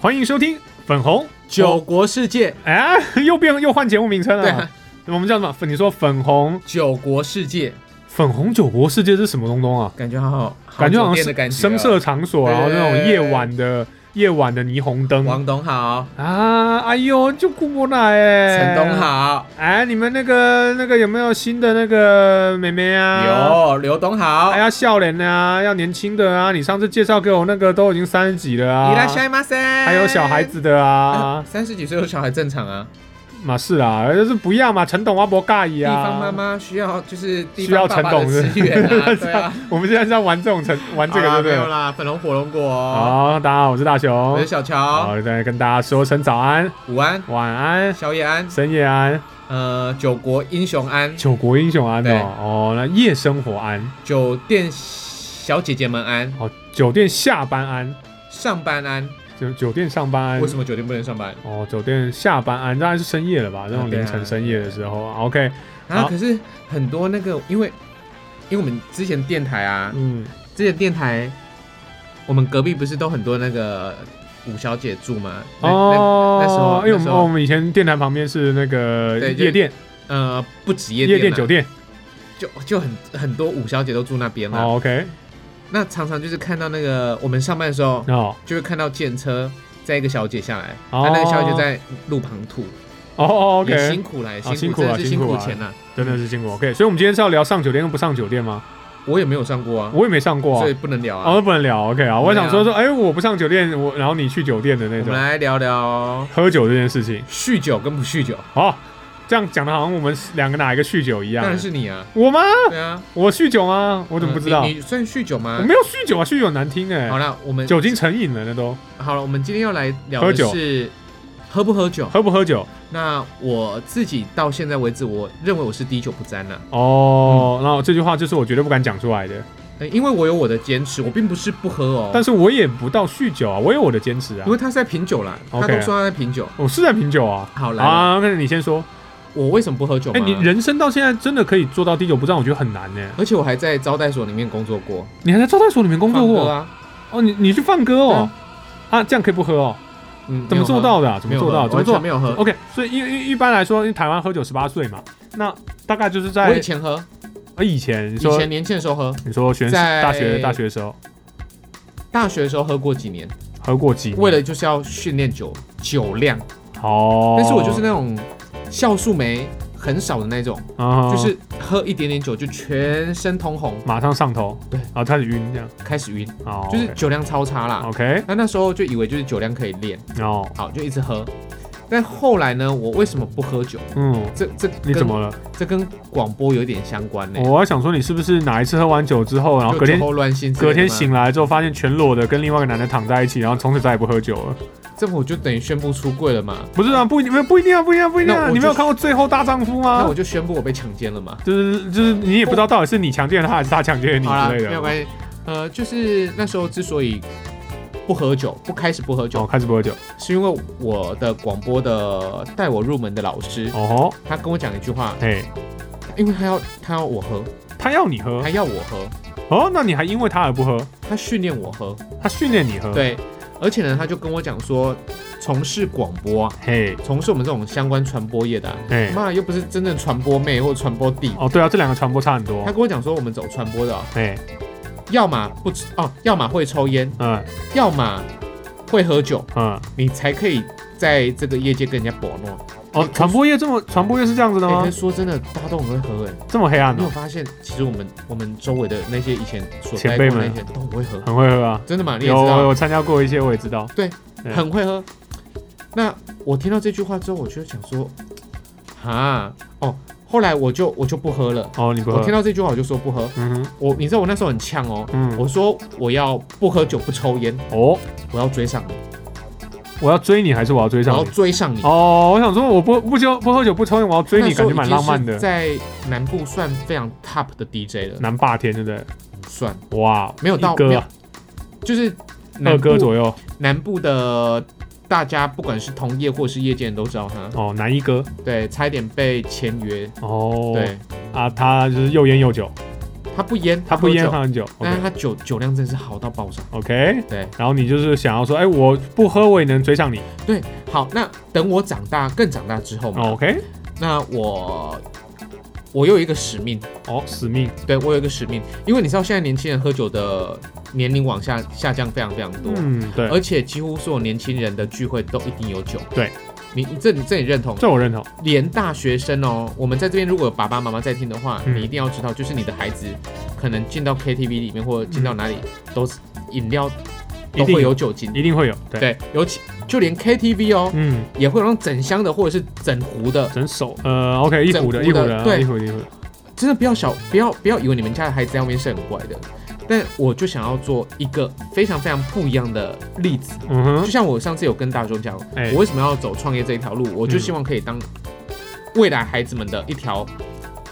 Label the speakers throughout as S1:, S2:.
S1: 欢迎收听粉红
S2: 九国世界，
S1: 哎， 又变又换节目名称
S2: 对
S1: 了
S2: 啊。
S1: 我们叫什么？粉你说粉红
S2: 九国世界，
S1: 粉红九国世界是什么东 东啊？
S2: 感觉好好，
S1: 感觉好像
S2: 酒店的
S1: 是
S2: 感觉啊，
S1: 声色场所，
S2: 对
S1: 然后那种夜晚的夜晚的霓虹灯
S2: 王董好，
S1: 啊！哎呦，就顾不来哎，
S2: 陈董。好，
S1: 哎，你们那个那个有没有新的那个妹妹啊？。
S2: 有刘董好，
S1: 哎
S2: い
S1: 呀，笑脸啊，要年轻的啊！你上次介绍给我那个都已经三十几了啊，
S2: らっしゃいませ，
S1: 还
S2: 还
S1: 有小孩子的啊，
S2: 三十几岁有小孩正常啊，
S1: 嘛是啊，就是不要嘛，陈董阿伯尬意
S2: 地
S1: 啊，
S2: 方妈妈需要就是地
S1: 需要
S2: 方
S1: 陈
S2: 爸爸的
S1: 董是不
S2: 资
S1: 是
S2: 源啊，对啊，
S1: 我们现在是在玩这种成玩这个，
S2: 好
S1: 对不
S2: 啦没有
S1: 对？
S2: 啦，粉红火龙果，哦
S1: 好，大家好，我是大雄
S2: 我是。小乔，
S1: 好，再跟大家说声早安、
S2: 午安，
S1: 晚安、
S2: 宵夜安，
S1: 深夜安、
S2: 呃，九国英雄安，
S1: 九国英雄安
S2: 对
S1: 哦。哦，那夜生活安，
S2: 酒店小姐姐们安，
S1: 哦，酒店下班安，
S2: 上班安，
S1: 酒酒店上班安
S2: 为。什么酒店不能上班
S1: 哦，酒店下班安，当然是深夜了吧？那种
S2: 对啊
S1: 凌晨深夜的时候。OK，
S2: 啊？
S1: 好
S2: 可是很多那个，因为因为我们之前电台啊，
S1: 嗯，
S2: 之前电台，我们隔壁不是都很多那个五小姐住吗？那
S1: 哦，
S2: 那时候
S1: 因为我
S2: 那时
S1: 们
S2: 候
S1: 我们以前电台旁边是那个
S2: 对就
S1: 夜店、
S2: 那呃，不止夜啊
S1: 夜店、
S2: 店啊
S1: 酒店。
S2: 就就很很多五小姐都住那边了。
S1: 哦，OK，
S2: 那常常就是看到那个我们上班的时候，
S1: 哦，
S2: 就会看到见车载一个小姐下来，
S1: 哦
S2: 啊，那个小姐就在路旁吐，
S1: 哦哦，OK，
S2: 也辛苦了，也
S1: 啊
S2: 辛
S1: 辛苦
S2: 苦，真
S1: 啊
S2: 的是辛
S1: 辛苦
S2: 苦
S1: 啊
S2: 钱了。
S1: 真的是辛苦。OK，所以我们今天是要聊上酒店跟不上酒店吗？
S2: 我也没有上过啊，
S1: 我也没上过、啊
S2: 所以，不能聊啊。
S1: 哦，不能聊。OK 啊，我想说说，哎、我不上酒店，我然后你去酒店的那
S2: 我
S1: 种
S2: 们来聊聊
S1: 喝酒这件事情。
S2: 酗酒跟不酗酒，
S1: 哦，这样讲的好像我们两个哪一个酗酒一样。
S2: 当然是你啊，
S1: 我吗？
S2: 对啊，
S1: 我酗酒吗？ 我
S2: 我
S1: 怎么不知道？
S2: 你你算酗酒吗
S1: 我？没有酗酒啊，酗酒很难听哎、
S2: 好了，我们
S1: 酒精成瘾了那都。
S2: 好了，我们今天要来聊
S1: 喝
S2: 的
S1: 酒
S2: 是喝不喝酒。
S1: 喝不喝酒？
S2: 那我自己到现在为止，我认为我是滴酒不沾啊了、嗯
S1: 哦，然后这句话就是我绝对不敢讲出来的。
S2: 呃因为我有我的坚持，我并不是不喝哦，
S1: 但是我也不到酗酒啊，我有我的坚持啊
S2: 因。为他是在品酒啦，他
S1: OK
S2: 都说他在品酒。
S1: 我是在品酒啊。
S2: 好来了，
S1: 啊，那你先说。
S2: 我为什么不喝酒
S1: 哎、
S2: 吗？
S1: 你人生到现在真的可以做到滴酒不沾，我觉得很难呢、
S2: 而且我还在招待所里面工作过，
S1: 你还在招待所里面工作
S2: 放
S1: 过
S2: 歌？啊，
S1: 哦，你你去放歌哦？啊，这样可以不喝哦？
S2: 嗯，
S1: 怎么做到的啊？怎
S2: 没
S1: 么
S2: 有
S1: 做到？
S2: 喝？
S1: 怎
S2: 完
S1: 么
S2: 全
S1: 做哦
S2: 没有啊喝。
S1: ？OK，所以一一一般来说，因为台湾喝酒十八岁嘛，那大概就是
S2: 我
S1: 在
S2: 以前喝，
S1: 呃以前你
S2: 以
S1: 说
S2: 前年轻的时候喝，
S1: 你说学
S2: 在
S1: 大学大学的时候
S2: 大学的时候喝过几年，
S1: 喝过几年？
S2: 为了就是要训练酒酒量，
S1: 哦，
S2: 但是我就是那种酵素酶很少的那种，
S1: 啊
S2: 就是喝一点点酒就全身通红，
S1: 马上上头，
S2: 对
S1: 然后开始晕这样，
S2: 开始晕，
S1: 哦，
S2: 就是酒量超差啦。
S1: OK，
S2: 那那时候就以为就是酒量可以练，
S1: 哦，
S2: 好就一直喝。但后来呢，我为什么不喝酒？
S1: 嗯，
S2: 这这
S1: 你
S2: 跟
S1: 怎么了？
S2: 这跟广播有点相关呢、
S1: 我还想说你是不是哪一次喝完酒之后，然后
S2: 就
S1: 隔天
S2: 酒后乱性之类
S1: 隔
S2: 的
S1: 天
S2: 吗，
S1: 醒来之后发现全裸的跟另外一个男的躺在一起，然后从此再也不喝酒了。
S2: 这我就等于宣布出柜了嘛？
S1: 不是啊，不一定，不一定啊，不一定啊，不一定
S2: 那
S1: 啊！
S2: 我就
S1: 你没有看过《最后大丈夫》
S2: 那
S1: 吗
S2: 我？就宣布我被强奸了嘛？
S1: 就是就是，你也不知道到底是你强奸了他，还是他强奸了你
S2: 好啦，
S1: 之类
S2: 没
S1: 的
S2: 有。关系。呃，就是那时候之所以不喝酒，不开始不喝酒
S1: 哦，，开始不喝酒。
S2: 是因为我的广播的带我入门的老师，
S1: 哦吼，
S2: 他跟我讲一句话，
S1: 哎，
S2: 因为他要他要我喝，
S1: 他要你喝
S2: 他要我喝，
S1: 哦，那你还因为他而不喝？
S2: 他训练我喝，
S1: 他训练你喝？，
S2: 对，而且呢，他就跟我讲说，从事广播啊，
S1: 嘿，
S2: 从事我们这种相关传播业的、啊，
S1: 哎，
S2: 妈又不是真正传播妹或传播弟，
S1: 哦，对啊，这两个传播差很多
S2: 他。跟我讲说，我们走传播的啊、
S1: 哎，
S2: 要么不吃哦，要么会抽烟，
S1: 嗯
S2: 要么会喝酒，
S1: 嗯，
S2: 你才可以在这个业界跟人家搏弄。
S1: 哦，传播业这么传播业是啊这样子的
S2: 哎、
S1: 吗
S2: 可？是说真的，大家都很会喝哎、
S1: 这么黑暗
S2: 你有
S1: 哦，
S2: 发现，其实我们我们周围的那些以前所
S1: 前
S2: 待
S1: 辈
S2: 过的
S1: 们
S2: 那些都很会喝，
S1: 很会喝啊。
S2: 真的吗？你也
S1: 有
S2: 知
S1: 我
S2: 道，
S1: 有参加过一些，我也知道。对
S2: 很会喝。那我听到这句话之后，我就想说，啊，哦，后来我就我就不喝了。
S1: 哦，你不
S2: 我
S1: 喝
S2: 听？到这句话我就说不喝。
S1: 嗯哼，
S2: 我你知道我那时候很呛哦，
S1: 嗯，
S2: 我说我要不喝酒不抽烟，
S1: 哦，
S2: 我要追上你，
S1: 我要追你还是我要追
S2: 我
S1: 上
S2: 要
S1: 你？
S2: 追上你。
S1: 哦，我想说我不不抽不喝酒不抽烟，我要追你，感觉蛮浪漫的。
S2: 在南部算非常 top 的 DJ 了，
S1: 南霸天对不对？
S2: 算
S1: 哇，
S2: 没有到
S1: 一哥
S2: 没
S1: 啊，
S2: 就是南
S1: 二
S2: 部
S1: 哥左右
S2: 南部的大家，不管是同业或是业界人都知道他，
S1: 哦，男一哥
S2: 对，差一点被签约，
S1: 哦，
S2: 对
S1: 啊，他就是又烟又酒，
S2: 他不烟，
S1: 他不烟
S2: 喝酒，
S1: 含酒
S2: 但是
S1: ，OK
S2: 他酒酒量真的是好到爆炸。
S1: OK。
S2: 对
S1: 然后你就是想要说，哎、我不喝我也能追上你、
S2: 对，好，那等我长大更长大之后嘛，
S1: o k
S2: 那我我有一个使命，
S1: 哦，使命，
S2: 对我有一个使命，因为你知道现在年轻人喝酒的年龄往下下降非常非常多，哎
S1: 嗯，对，
S2: 而且几乎所有年轻人的聚会都一定有酒。
S1: 对
S2: 你，你这你这你认同？
S1: 这我认同，
S2: 连大学生哦，我们在这边如果有爸爸妈妈在听的话，
S1: 嗯
S2: 你一定要知道，就是你的孩子可能进到 KTV 里面或者进到哪里，都是饮料
S1: 一
S2: 都
S1: 定
S2: 会
S1: 有
S2: 有酒精。
S1: 嗯一定会有，对，
S2: 对，尤其就连 KTV 哦，
S1: 嗯，
S2: 也会有那种整箱的或者是整壶的，
S1: 整手，呃，OK，一壶的，一
S2: 整
S1: 壶
S2: 壶的
S1: 的，
S2: 对
S1: 一壶的一壶的，那
S2: 真的不要小，不要不要以为你们家的孩子在外面是很乖的。但我就想要做一个非常非常不一样的例子，
S1: 嗯
S2: 就
S1: 哼，
S2: 像我上次有跟大众讲，
S1: 哎
S2: 我为什么要走创业这一条路，我就
S1: 嗯
S2: 希望可以当未来孩子们的一条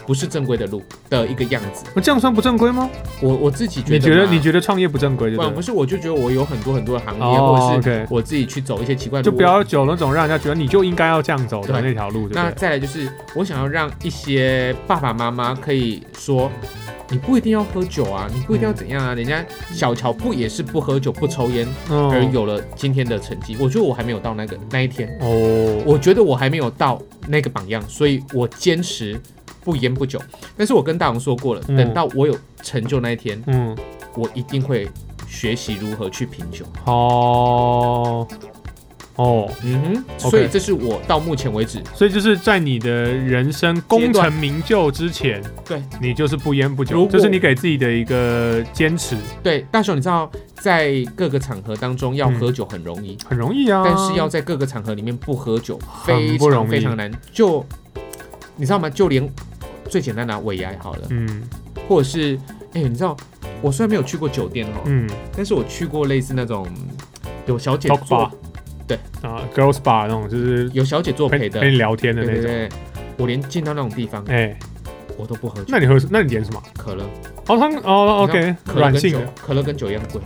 S2: 不是正规的路的一个样子。
S1: 那这样算不正规吗？
S2: 我我自己觉得，
S1: 你觉得你觉得创业不正规就
S2: 不
S1: 对
S2: 然
S1: 了
S2: 不，是，我就觉得我有很多很多的行业，
S1: 哦
S2: 或者
S1: ，OK
S2: 是我自己去走一些奇怪的
S1: 就
S2: 路。
S1: 不要走那种让人家觉得你就应该要这样走的
S2: 对
S1: 那条路，对不
S2: 那
S1: 对？
S2: 再来就是，我想要让一些爸爸妈妈可以说，你不一定要喝酒啊，你不
S1: 嗯
S2: 一定要怎样啊，人家小乔不也是不喝酒不抽烟
S1: 嗯
S2: 而有了今天的成绩？我觉得我还没有到那个那一天，
S1: 哦，
S2: 我觉得我还没有到那个榜样，所以我坚持不烟不酒。但是我跟大王说过了，
S1: 嗯
S2: 等到我有成就那一天，
S1: 嗯，
S2: 我一定会学习如何去品酒。
S1: 哦，哦，
S2: 嗯哼，
S1: OK
S2: 所以这是我到目前为止
S1: 所以就是在你的人生功成名就之前，
S2: 对
S1: 你就是不烟不
S2: 如
S1: 酒，
S2: 果
S1: 这是你给自己的一个坚持，
S2: 对大雄，你知道在各个场合当中要
S1: 嗯
S2: 喝酒很容易。
S1: 很容易啊。
S2: 但是要在各个场合里面不喝酒，非
S1: 很不容
S2: 常
S1: 易
S2: 非常难。就你知道吗？就连最简单的尾牙好了，
S1: 嗯
S2: 或者是哎、你知道，我虽然没有去过酒店哦，
S1: 嗯
S2: 但是我去过类似那种有小姐
S1: ，talk
S2: 做
S1: bar，
S2: 对
S1: 啊，girls bar 那种就是
S2: 有小姐作陪
S1: 陪
S2: 的，
S1: 陪你聊天的
S2: 对对
S1: 那种。
S2: 对。我连进到那种地方，
S1: 哎，
S2: 我都不喝酒，
S1: 那你喝那你点什么？
S2: 可乐，
S1: 哦，他们哦
S2: 你知
S1: ，OK，
S2: 可乐
S1: 软
S2: 跟
S1: 性
S2: 酒
S1: 的，，
S2: 可乐跟酒一样 贵，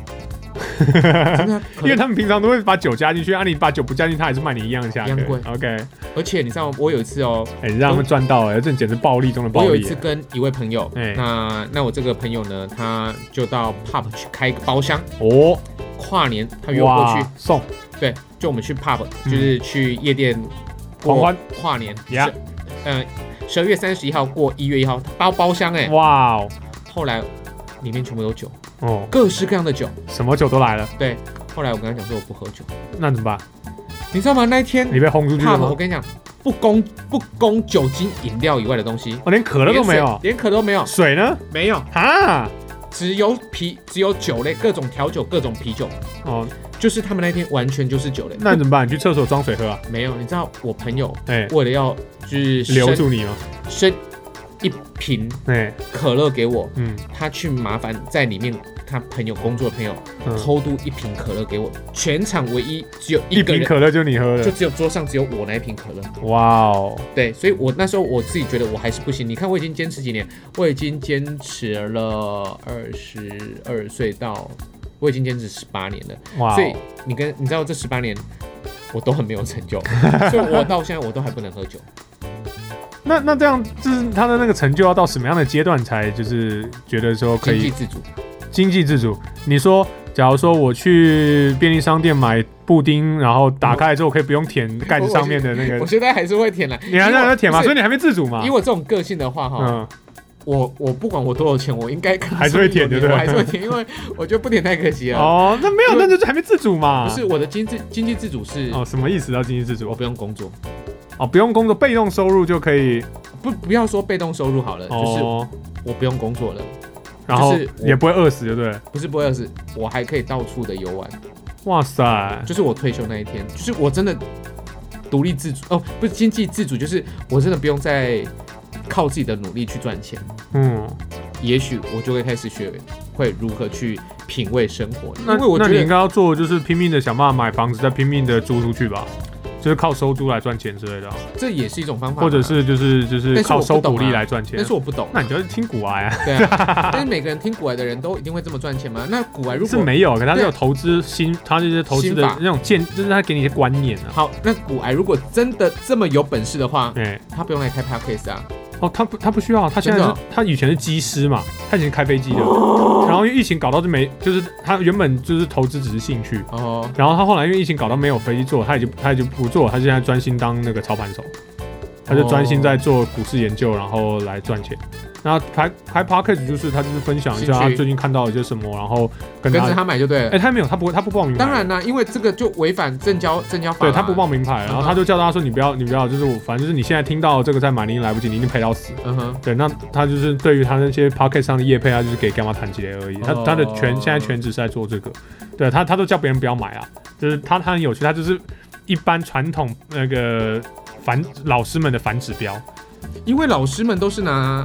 S2: 真的啊，可
S1: 因为
S2: 乐。
S1: 他们平常都会把酒加进去，啊，你把酒不加进去，他还是卖你一样的价
S2: 一样
S1: 格
S2: 贵。
S1: OK，
S2: 而且你知道吗，我有一次哦，
S1: 哎，你让他们赚到了，这简直暴利中的
S2: 我
S1: 暴
S2: 有一
S1: 利啊
S2: 次。跟一位朋友，
S1: 哎
S2: 那那我这个朋友呢，他就到 pub 去开一个包厢，
S1: 哦，
S2: 跨年他约我过
S1: 哇
S2: 去，，
S1: 送
S2: 对，就我们去 pub，
S1: 嗯
S2: 就是去夜店
S1: 狂欢，
S2: 跨年，
S1: 呀
S2: 是呃，十二月三十一号过一月一号包包厢哎，
S1: 哇哦，
S2: 后来里面全部都酒，
S1: 哦，
S2: 各式各样的酒，
S1: 什么酒都来了，
S2: 对，后来我跟他讲说我不喝酒，
S1: 那怎么办？
S2: 你知道吗？那一天
S1: 你被轰出去了
S2: pub 我
S1: 吗？
S2: 跟你讲，不供不供酒精饮料以外的东西，
S1: 我哦连可
S2: 可
S1: 乐都没有，
S2: 连可乐都没有，
S1: 水呢？
S2: 没有，
S1: 哈，
S2: 只有啤，只有酒类，各种调酒，各种啤酒，
S1: 哦，
S2: 就是他们那天完全就是酒类，
S1: 那你怎么办？你去厕所装水喝啊？
S2: 没有，你知道我朋友。
S1: 哎，
S2: 为了要就是
S1: 留
S2: 生
S1: 住你吗？
S2: 生一瓶
S1: 哎，
S2: 可乐给我，
S1: 嗯
S2: 他去麻烦在里面他朋友工作的朋友
S1: 嗯，
S2: 偷渡一瓶可乐给我，全场唯一只有
S1: 一
S2: 个
S1: 瓶
S2: 人，
S1: 可乐就你喝
S2: 就
S1: 了，
S2: 只有桌上只有我那一瓶可乐。
S1: 哇哦，
S2: 对，所以我那时候我自己觉得我还是不行。你看我已经坚持几年，我已经坚持了二十二岁到，我已经坚持十八年了。
S1: 哇
S2: 所以
S1: 哦，
S2: 你跟你知道这十八年。我都很没有成就， 所以我到现在我都还不能喝酒。
S1: 那那这样就是他的那个成就要到什么样的阶段才就是觉得说可
S2: 经济
S1: 以
S2: 自主，
S1: 经济自主？你说，假如说我去便利商店买布丁，然后打开之后可以不用舔盖子上面的那
S2: 我
S1: 个，
S2: 现在还是会舔啦。
S1: 你还让他舔吗？
S2: 因
S1: 所
S2: 为哦
S1: 以你还没自主嘛
S2: 以？我这种个性的话，哈、
S1: 嗯，
S2: 我我不管我多有钱，我应该可能
S1: 还是会舔
S2: 有
S1: 对
S2: 点
S1: 不对
S2: 我还是会舔，因为我觉得不舔太可惜了。
S1: 哦，那没有，
S2: 因为
S1: 那就是还没自主嘛。
S2: 不是我的经济经济自主是，
S1: 哦，什么意思叫经济自主
S2: 我？不用工作，
S1: 哦，不用工作，被动收入就可以，
S2: 不不要说被动收入好了，就是
S1: 哦，
S2: 我不用工作了，
S1: 然后
S2: 就是我
S1: 也不会饿死，对不对了？
S2: 不是不二是，我还可以到处的游玩，
S1: 哇塞，
S2: 就是我退休那一天，就是我真的独立自主哦，不是经济自主，就是我真的不用再靠自己的努力去赚钱，
S1: 嗯，
S2: 也许我就会开始学会如何去品味生活，
S1: 那
S2: 因为我
S1: 那
S2: 觉
S1: 你应
S2: 得
S1: 该要做的就是拼命的想办法买房子，再拼命的租出去吧，就是靠收租来赚钱之类的啊，
S2: 这也是一种方法嘛，
S1: 或者是就是就是
S2: 哦但是
S1: 靠
S2: 我不
S1: 收
S2: 懂
S1: 股利
S2: 啊
S1: 来赚钱
S2: 但。是我不懂啊，
S1: 那你就是听古癌啊，
S2: 对 啊，但是每个人听古玩的人都一定会这么赚钱吗？那古玩如
S1: 是
S2: 果
S1: 没有，可他是
S2: 对
S1: 有投资新，他就是投资的
S2: 心法
S1: 那种建，就是他给你一些观念啊。
S2: 好，那古玩如果真的这么有本事的话，
S1: 哎，
S2: 嗯他不用来开 podcast 啊，
S1: 哦，他不，他不需要，他现在
S2: 真
S1: 是、
S2: 的啊
S1: 他以前是机师嘛，他以前开飞机的，然后因为疫情搞到就没，就是他原本就是投资只是兴趣，
S2: 哦，
S1: 然后他后来因为疫情搞到没有飞机做，他已经他已经不做，他现在专心当那个操盘手，他就专心在做股市研究，然后来赚钱。那拍拍 podcast 就是他就是分享一
S2: 兴
S1: 下
S2: 趣
S1: 他最近看到的些什么，然后跟
S2: 跟
S1: 他
S2: 着他买就对
S1: 哎、
S2: 了。
S1: 他没有，他不会，他不报名牌，
S2: 当然啦，因为这个就违反正交正交法
S1: 对
S2: 啦。
S1: 他不报名牌，然后
S2: 嗯哼
S1: 他就叫大家说你不要，你不要，就是我反正就是你现在听到这个在买，你已经来不及，你一定赔到死。
S2: 嗯哼，
S1: 对，那他就是对于他那些 p o c k e t 上的业配，他就是给干嘛谈结而已。他、
S2: 哦
S1: 他的全现在全职是在做这个，对他他都叫别人不要买啊，就是他他很有趣，他就是一般传统那个反老师们的反指标。
S2: 因为老师们都是拿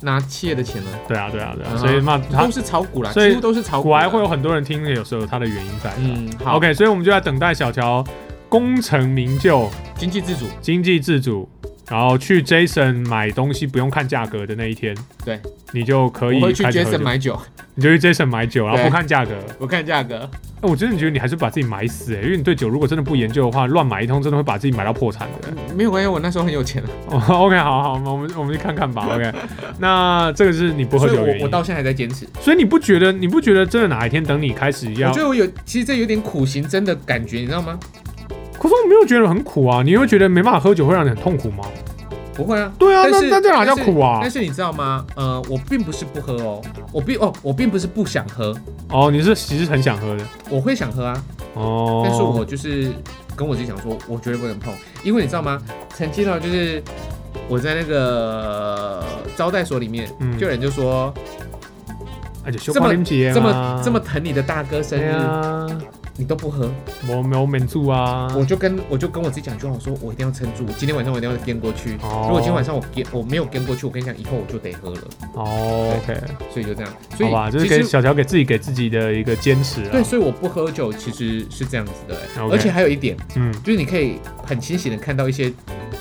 S2: 拿企业的钱呢，
S1: 对啊，对啊，对啊，
S2: 嗯哼
S1: 所以嘛，他
S2: 都是炒股啦，
S1: 所以
S2: 几乎都是炒股
S1: 我
S2: 啦。
S1: 还会有很多人听，有时候有他的原因在。
S2: 啊嗯，好
S1: OK，所以我们就在等待小乔功成名就、
S2: 经济自主，
S1: 经济自主，然后去 Jason 买东西不用看价格的那一天，
S2: 对，
S1: 你就可以
S2: 我会去
S1: 开始喝
S2: Jason
S1: 酒，
S2: 买酒，
S1: 你就去 Jason 买酒，然后不
S2: 对
S1: 看价格。
S2: 我看价格。
S1: 哎我真的觉得你还是把自己埋死哎、因为你对酒如果真的不研究的话，乱买一通真的会把自己买到破产的。
S2: 没有关系，我那时候很有钱啊，
S1: 哦 OK，好好，我们我们去看看吧。OK，那这个是你不喝
S2: 所以
S1: 酒的原
S2: 我
S1: 因
S2: 我，到现在还在坚持。
S1: 所以你不觉得你不觉得真的哪一天等你开始
S2: 我
S1: 要
S2: 觉？得我有，其实这有点苦行僧的感觉，你知道吗？
S1: 可是我没有觉得很苦啊，你会觉得没办法喝酒会让你很痛苦吗？
S2: 不会啊，
S1: 对啊，
S2: 但
S1: 那
S2: 是
S1: 那这哪叫
S2: 但是
S1: 苦啊
S2: 但？是你知道吗？呃，我并不是不喝哦，我并哦，我并不是不想喝，
S1: 哦，你是其实很想喝的
S2: 我会想喝啊，
S1: 哦。
S2: 但是我就是跟我自己讲说，我绝对不能碰，因为你知道吗？曾经呢，就是我在那个招待所里面，
S1: 嗯
S2: 就有人就说
S1: 而且
S2: 这么
S1: 节
S2: 这么这么疼你的大哥生
S1: 对
S2: 日，
S1: 啊，
S2: 你都不喝，
S1: 我没有门住啊。
S2: 我就跟我就跟我自己讲，就好说我一定要撑住，今天晚上我一定要颠过去。
S1: 哦
S2: 如果今天晚上我颠我没有颠过去，我跟你讲，以后我就得喝了，
S1: 哦，OK，
S2: 所以就这样。所
S1: 好
S2: 以
S1: 吧，这是
S2: 其实
S1: 给小乔给自己给自己的一个坚持啊。
S2: 对，所以我不喝酒其实是这样子的、欸
S1: OK
S2: 而且还有一点，
S1: 嗯，
S2: 就是你可以很清醒的看到一些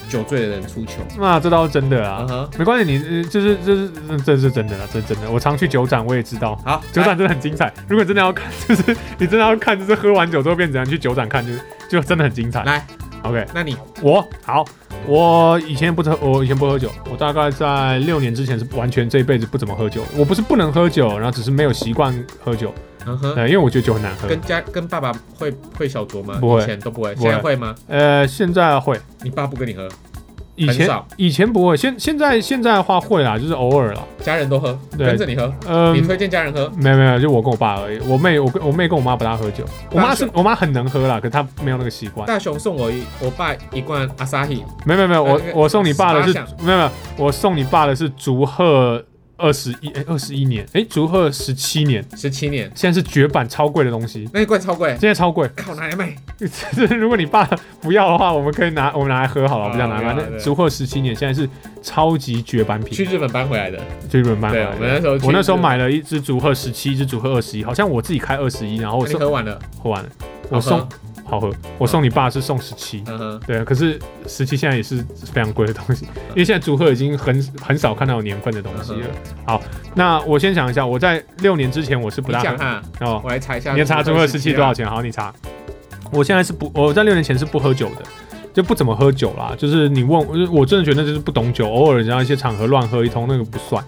S2: 酒醉的人出糗。
S1: 那这倒是真的
S2: 嗯
S1: 啊。
S2: 哼，
S1: 没关系，你呃就是就是这是真的啦，这是真的。我常去酒展，我也知道
S2: 好，
S1: 酒
S2: 来
S1: 展真的很精
S2: 啊
S1: 彩。如果真的要看， 就是你真的要看，就是喝完酒之后变怎样去酒展看，就是就真的很精彩。
S2: 来，
S1: OK，
S2: 那你
S1: 我好，我以前不喝，我以前不喝酒，我大概在六年之前是完全这一辈子不怎么喝酒。我不是不能喝酒，然后只是没有习惯喝酒，
S2: 嗯哼，
S1: 对，因为我觉得酒很难喝。
S2: 跟家跟爸爸会会小酌吗？
S1: 不会
S2: 以前都不会，
S1: 不
S2: 现
S1: 会
S2: 在会吗？
S1: 呃，现在会，
S2: 你爸不跟你喝，
S1: 以
S2: 很
S1: 前
S2: 少
S1: 以前不会，现现在现在的话会啦，就是偶尔啦。
S2: 家人都喝，
S1: 对
S2: 跟着你喝，
S1: 嗯、
S2: 你推荐家人喝。
S1: 没有没有，就我跟我爸而已。我妹我跟我妹跟我妈不大喝酒，我妈是我妈很能喝啦，可她没有那个习惯。
S2: 大雄送我一我爸一罐阿萨希，
S1: 没有没有没有，我
S2: 那个
S1: 我送你爸的是
S2: 十八
S1: 没有没有，我送你爸的是竹鹤二十一哎二十一年哎竹鹤十七年，
S2: 十七年，
S1: 现在是绝版超贵的东西，
S2: 那一罐超贵，
S1: 现在超贵。
S2: 靠拿来卖。
S1: 就是如果你爸不要的话，我们可以拿我们拿来喝好了，
S2: 啊
S1: 我们这样拿吧。
S2: 不要
S1: 那
S2: 对
S1: 竹鹤十七年现在是超级绝版
S2: 去
S1: 品，
S2: 日本搬回来的，
S1: 就日本版
S2: 对，啊
S1: 回来
S2: 我们
S1: 的
S2: 那时候去
S1: 我那时候
S2: 日本，
S1: 买了一只竹鹤十七，一只竹鹤二十一，好像我自己开二十一，然后
S2: 那
S1: 我
S2: 哎你
S1: 送
S2: 喝完了，
S1: 喝完了，我
S2: 好喝
S1: 送好喝，我送你爸是送十七，
S2: 嗯哼，
S1: 对啊，可是十七现在也是非常贵的东西，
S2: 嗯
S1: 因为现在竹鹤已经很很少看到有年份的东西了。
S2: 嗯
S1: 好，那我先讲一下，我在六年之前我是不
S2: 你
S1: 大
S2: 讲啊哈，
S1: 哦，
S2: 我来查一下，
S1: 你要查竹鹤十七多
S2: 啊
S1: 少？钱？好，你查。我现在是不，我在六年前是不喝酒的，就不怎么喝酒啦。就是你问我，我真的觉得那就是不懂酒，偶尔然后一些场合乱喝一通，那个不算。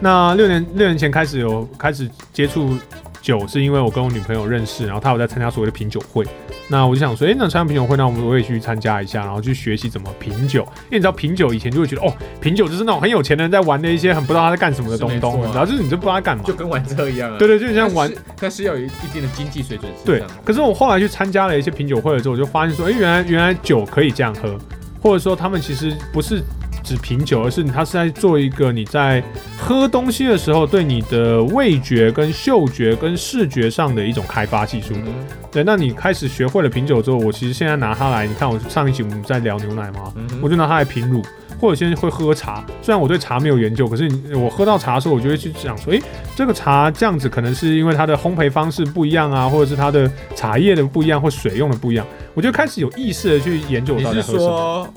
S1: 那六年六年前开始有开始接触酒，是因为我跟我女朋友认识，然后她有在参加所谓的品酒会。那我就想说，诶，那参加品酒会，那我们我也去参加一下，然后去学习怎么品酒。因为你知道品酒以前就会觉得，哦，品酒就是那种很有钱的人在玩的一些很不知道他在干什么的东东，
S2: 是没错啊
S1: 然后就是你就不知道他干嘛。
S2: 就跟玩车一样啊，
S1: 对对，就很
S2: 但
S1: 像
S2: 是，
S1: 玩
S2: 但是要有一定的经济水准是这
S1: 对
S2: 样的，
S1: 可是我后来去参加了一些品酒会了之后，我就发现说，哎、原来原来酒可以这样喝，或者说他们其实不是只品酒，而是他是在做一个你在喝东西的时候对你的味觉、跟嗅觉、跟视觉上的一种开发技术。
S2: 嗯
S1: 对，那你开始学会了品酒之后，我其实现在拿它来，你看我上一集我们在聊牛奶嘛，
S2: 嗯哼
S1: 我就拿它来品乳，或者现在会喝茶。虽然我对茶没有研究，可是你我喝到茶的时候，我就会去想说，诶，这个茶这样子可能是因为它的烘焙方式不一样啊，或者是它的茶叶的不一样，或水用的不一样，我就开始有意识的去研究我
S2: 你
S1: 到底
S2: 是
S1: 在喝什么。
S2: 说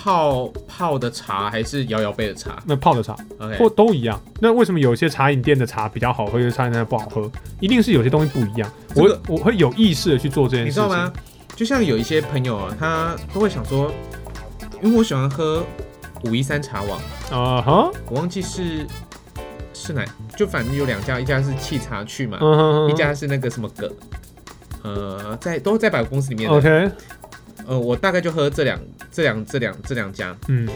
S2: 泡泡的茶还是摇摇杯的茶
S1: 那泡的茶
S2: ？OK，
S1: 或都一样，那为什么有些茶饮店的茶比较好喝，有些茶饮店的不好喝？一定是有些东西不一样。
S2: 这
S1: 我
S2: 个
S1: 我会有意识的去做这件
S2: 你
S1: 事
S2: 知
S1: 情。
S2: 道吗？就像有一些朋友啊，他都会想说，因为我喜欢喝五一三茶网，
S1: 啊哈，
S2: 我忘记是是哪，就反正有两家，一家是气茶去嘛，
S1: 嗯哼
S2: 一家是那个什么葛，呃，在都在百货公司里面的。
S1: ，OK，
S2: 呃，我大概就喝这两这两这两这两家，
S1: 嗯，